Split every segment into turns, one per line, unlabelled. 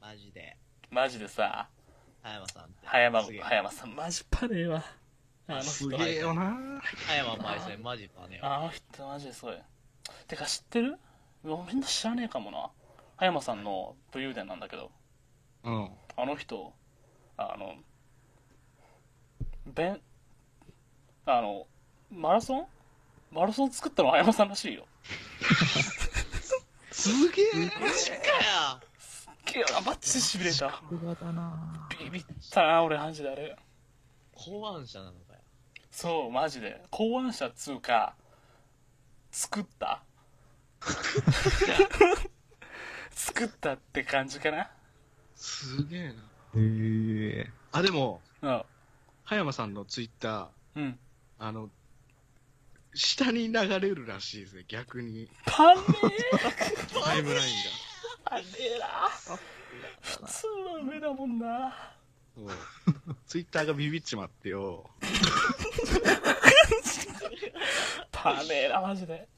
マジで。
マジでさ、
葉山さんって。
葉山、
すげえ
葉山さん、マジパネーわ。あの
す
人、
げ
えよな
葉山パイセン、マジパネよ。
あの人マジですごい。てか知ってるうわみんな知らねえかもな。葉山さんの武勇伝なんだけど、
うん。
あの人、あの、べん、あの、マラソンマラソン作ったのは葉山さんらしいよ。
すげえ
いや、マッチしびれた。
僕がだな
ビビったな、俺、マジであれ。
考案者なのかよ。
そう、マジで。考案者っつうか、作った。作ったって感じかな。
すげえな。
へえ
あ、でも、
うん。
葉山さんのツイッタ
う
ー、
ん。
あの、下に流れるらしいですね、逆に。
パネー
タイムライン
パネーだ。普通は上だもんな。
が。そう。ツイッターがビビっちまってよ。
パネーだ、マジで。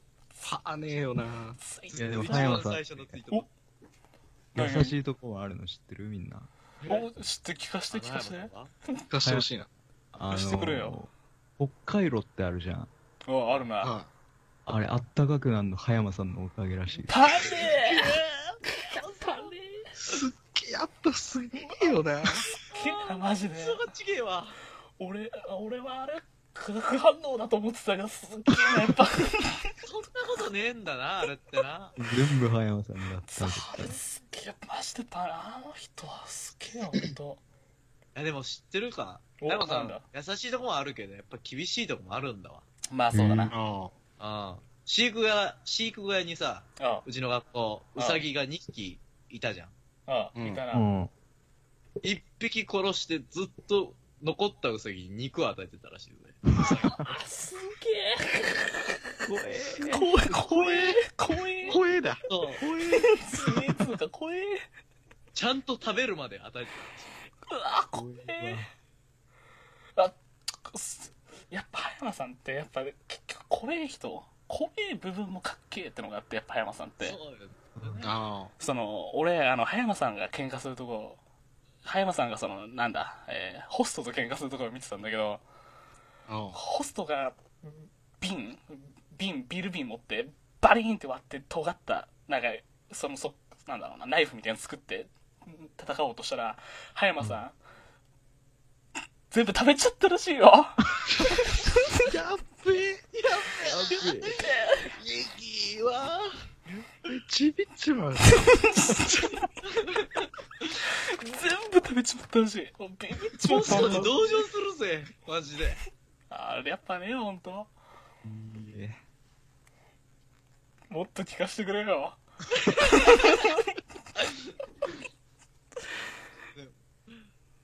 はあねえよな。
つい
いやでも
一
葉山
番
さん
最初のツイートも。
何
優しいとこはあるの知ってるみんな
お、知って聞かせて聞
葉
か
山
せ
さ
て
ん。は
聞かせてほしいな。
あの
貸してくれよ
北海道ってあるじゃん
お、あるな。
は
あれあったかくなるの葉山さんのおかげらしい
パネ
パネ
い。すっげえ、やっぱすげえよな。
ーあマジで。
そこちげえわ。
俺、俺はあれ、化学反応だと思ってたけど、すっげえな、やっぱ。
そんなことねえんだな、あれってな。
全部葉山さんがあった
さ
か
あ
く
れ
て
すっげえマジでパあの人はすっげえよほんと
いやでも知ってるか
お
葉山さ
なんだ
ん、優しいとこもあるけど、やっぱ厳しいとこもあるんだわ。
まあそうだな、
うん
あ
うん。飼育小飼育小屋にさ、
あ
うちの学校、
う
うんさぎが2匹いたじゃん。
あ
うん
いたな、
うん
1匹殺してずっと残ったうさぎに肉を与えてたらしいぜ。
あすげえ怖え怖え怖え
あ。怖えだ。
そう。
怖え。
すげえつうか怖え
ちゃんと食べるまで与えて。
うわ怖えあすやっぱ葉山さんってやっぱ結局怖え人怖え部分もかっけえってのがあってやっぱ葉山さんったて
そうよ。
あ
その俺あの葉山さんが喧嘩するとこ葉山さんがそのなんだ、えーホストと喧嘩するところを見てたんだけど
あ。あ
ホストが瓶瓶ビール瓶持ってバリーンって割って尖ったなんかそのそなんだろうなナイフみたいなの作ってうん戦おうとしたら葉山さん、全部食べちゃったらしいよ
あ。やっべ
い
え。
いわ
ちびっちまう。
全部食べちまったらしいもうビビっちま
ホ
った
ストに同情するぜ。マジで。
あれやっぱね本当
いいえ
もっと聞かせてくれよ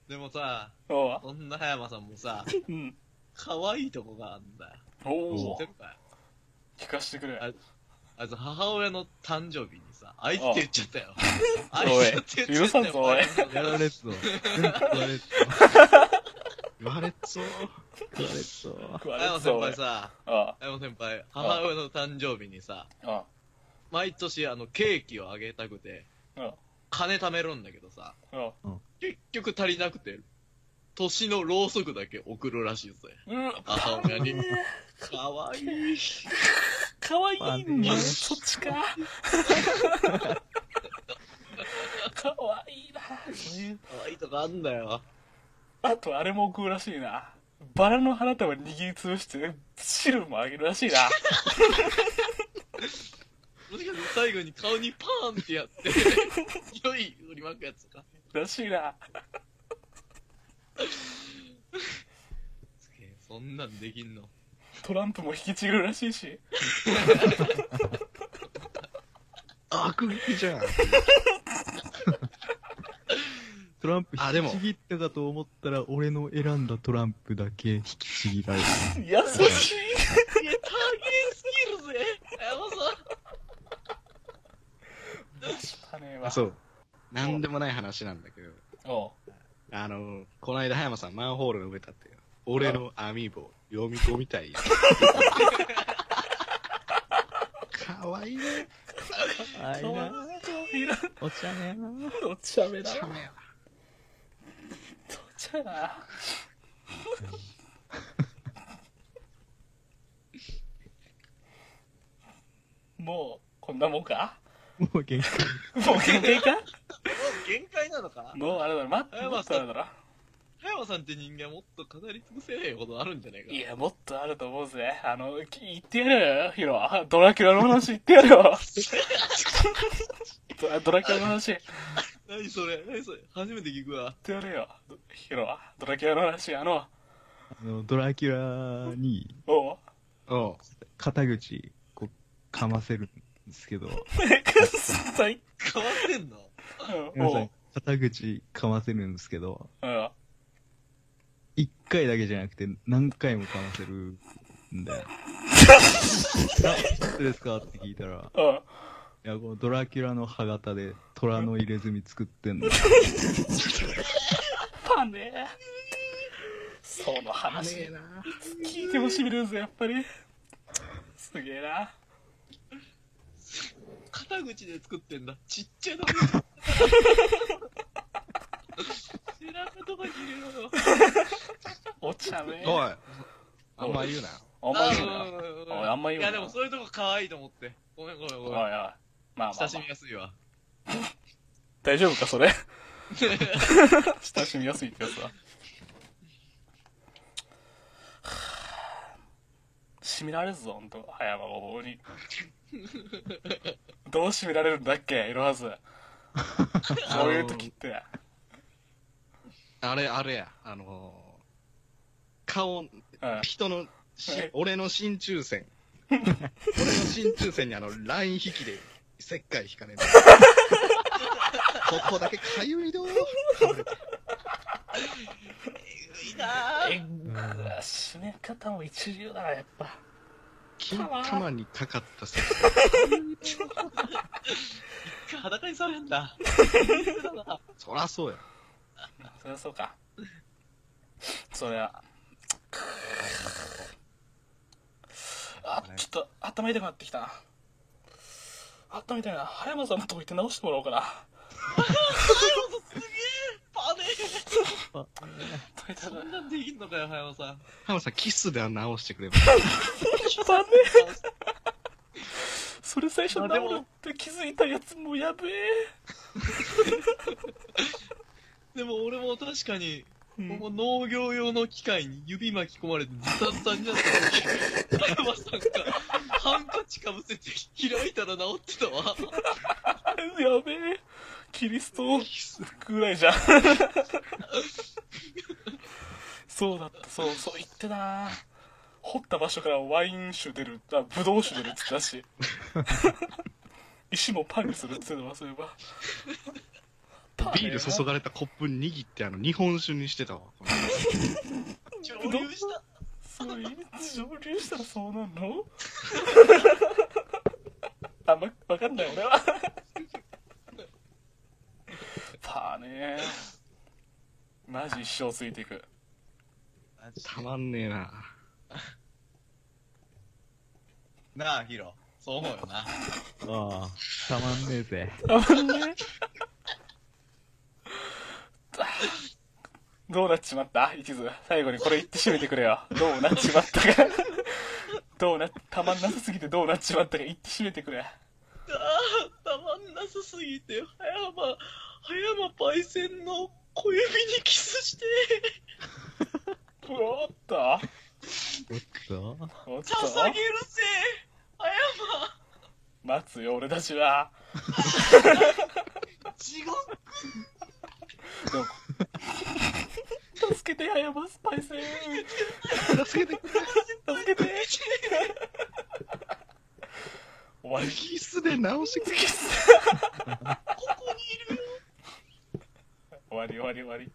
でもさ、
おう
そんな葉山さんもさ、
うん
可愛いとこがあんだよ。
お
知
お
ってるかい
聞かせてくれ
ああいつ母親の誕生日にさ、愛って言っちゃったよ。愛って言っち
許
ゃ
さ
ったよ。
んぞおい
やられっぞ全部やられっぞ
言われっぞ。
やられっぞ
食わ
葉
れ
山
るぞ
先
おい
輩さ、
あ
葉山先輩、母親の誕生日にさ、
あ
毎年あのケーキをあげたくて、
あ
金貯めるんだけどさ、
あ
結局足りなくて、年のろうそくだけ送るらしいぜ。
うん
母親に。かわいい。
かわい
まあ
いね
ね
そっちかかわいいな
かわいいとこあんだよ。
あとあれも食うらしいなバラの花束握りつぶして汁もあげるらしいな
もしかして最後に顔にパーンってやって、良い振りまくやつとか。
らしいな
すげえそんなんできんの。
トランプも引きちぎるらしいし
悪劇じゃん。
トランプ
あで
引
も
きちぎったかと思ったら俺の選んだトランプだけ引きちぎられる
優しい
いや、ターゲーすぎるぜ。や
パネ
あ
は
そう。なんでもない話なんだけど、
おう
あの、こないだ葉山さんマンホールの上立ってよ。俺のアミーボ、読み子みたいや。かわいいね。
かわいいといらん
お茶目やな。
お茶目だなお茶目だなもうこんなもんか
もう限界。
もう限界か
限界なのかな
もうあれだろ待って
ま
も
あ
っとあれだろ
葉山さんって人間もっと語り尽くせないことあるんじゃないか
いやもっとあると思うぜあのき言ってやるよヒロドラキュラの話言ってやるよドラドラキュラの話言っ
な。何それ何それ初めて聞くわ。
てやるよヒロドラキュラの話あの
あの、ドラキュラに
おう
おう
肩口、こう、かませるんですけど、
くっさい
変わってんの
うん
皆さ、
おうん
肩口かませるんですけど、
うん
一回だけじゃなくて何回もかませるん で。な、どうですかって聞いたら、
うん
いや、このドラキュラの歯型で虎の入れ墨作ってんの。
パねその話いつ聞いてもしみるんぜやっぱりすげえな
肩口で作ってんだ。ちっちゃいの。背中とかに入れろよ。
お茶目
おいあんま言うな
あんまり言うなおいおいあんま言う
い
な
やでもそういうとこ可愛いと思って。ごめんごめんご
おい
めん。
まあまあ、ま
親
あ
しみやすいわ。
大丈夫かそ れ親しみやすいってやつははぁしみられるぞほんと葉山ごぼう にどうしみられるんだっけいろはず こういう時って
あれあれやあのー、顔
うん
人のし
はい
俺の真鍮 線俺の真鍮線にあのライン引きで石灰引か ねえんだここだけかゆいど
いいなぁ。
え締め方も一流だなやっぱ
金玉にかかった石
一回裸にされん だ。
そらそうや
そりゃそうかそりゃあちょっと頭痛くなってきたな頭痛いな葉山さんのとこ行って直してもらおうかな
パネ
頭痛い
そんなんでいいのかよ、葉山さん。
浜田さんキスでは直してくれば
残念それ最初治るって気づいたやつもやべえ
でも俺も確かに、
ん
この農業用の機械に指巻き込まれてズタズタになった時、山さんがハンカチかぶせて開いたら治ってた わ。
あれやべえキリストぐらいじゃんそうだったそうそう言ってたな掘った場所からワイン酒出るあブドウ酒出るっつってたし石もパンにするっつってたわそういえば
ビール注がれたコップ握ってあの日本酒にしてたわこの
上流した。
すごい上流したらそうなの あんま分かんない俺はパーねマジ一生ついていく
たまんねえな
なあ、ヒロ。そう思うよな。
ああ、たまんねえぜ。
あんまねどうなっちまった一途最後にこれ言って締めてくれよどうなっちまったかどうなたまんなさすぎてどうなっちまったか言って締めてくれ
たまんなさすぎて、葉山、葉山パイセンの小指にキスして、
うおっと
おっと
おっと
捧げるぜ葉山
待つよ俺たちは
地獄
助けて、はやばスパイセン。
助
助け
けて
て。終わり。
キスで直してくれ
終わり、終わり、終わり。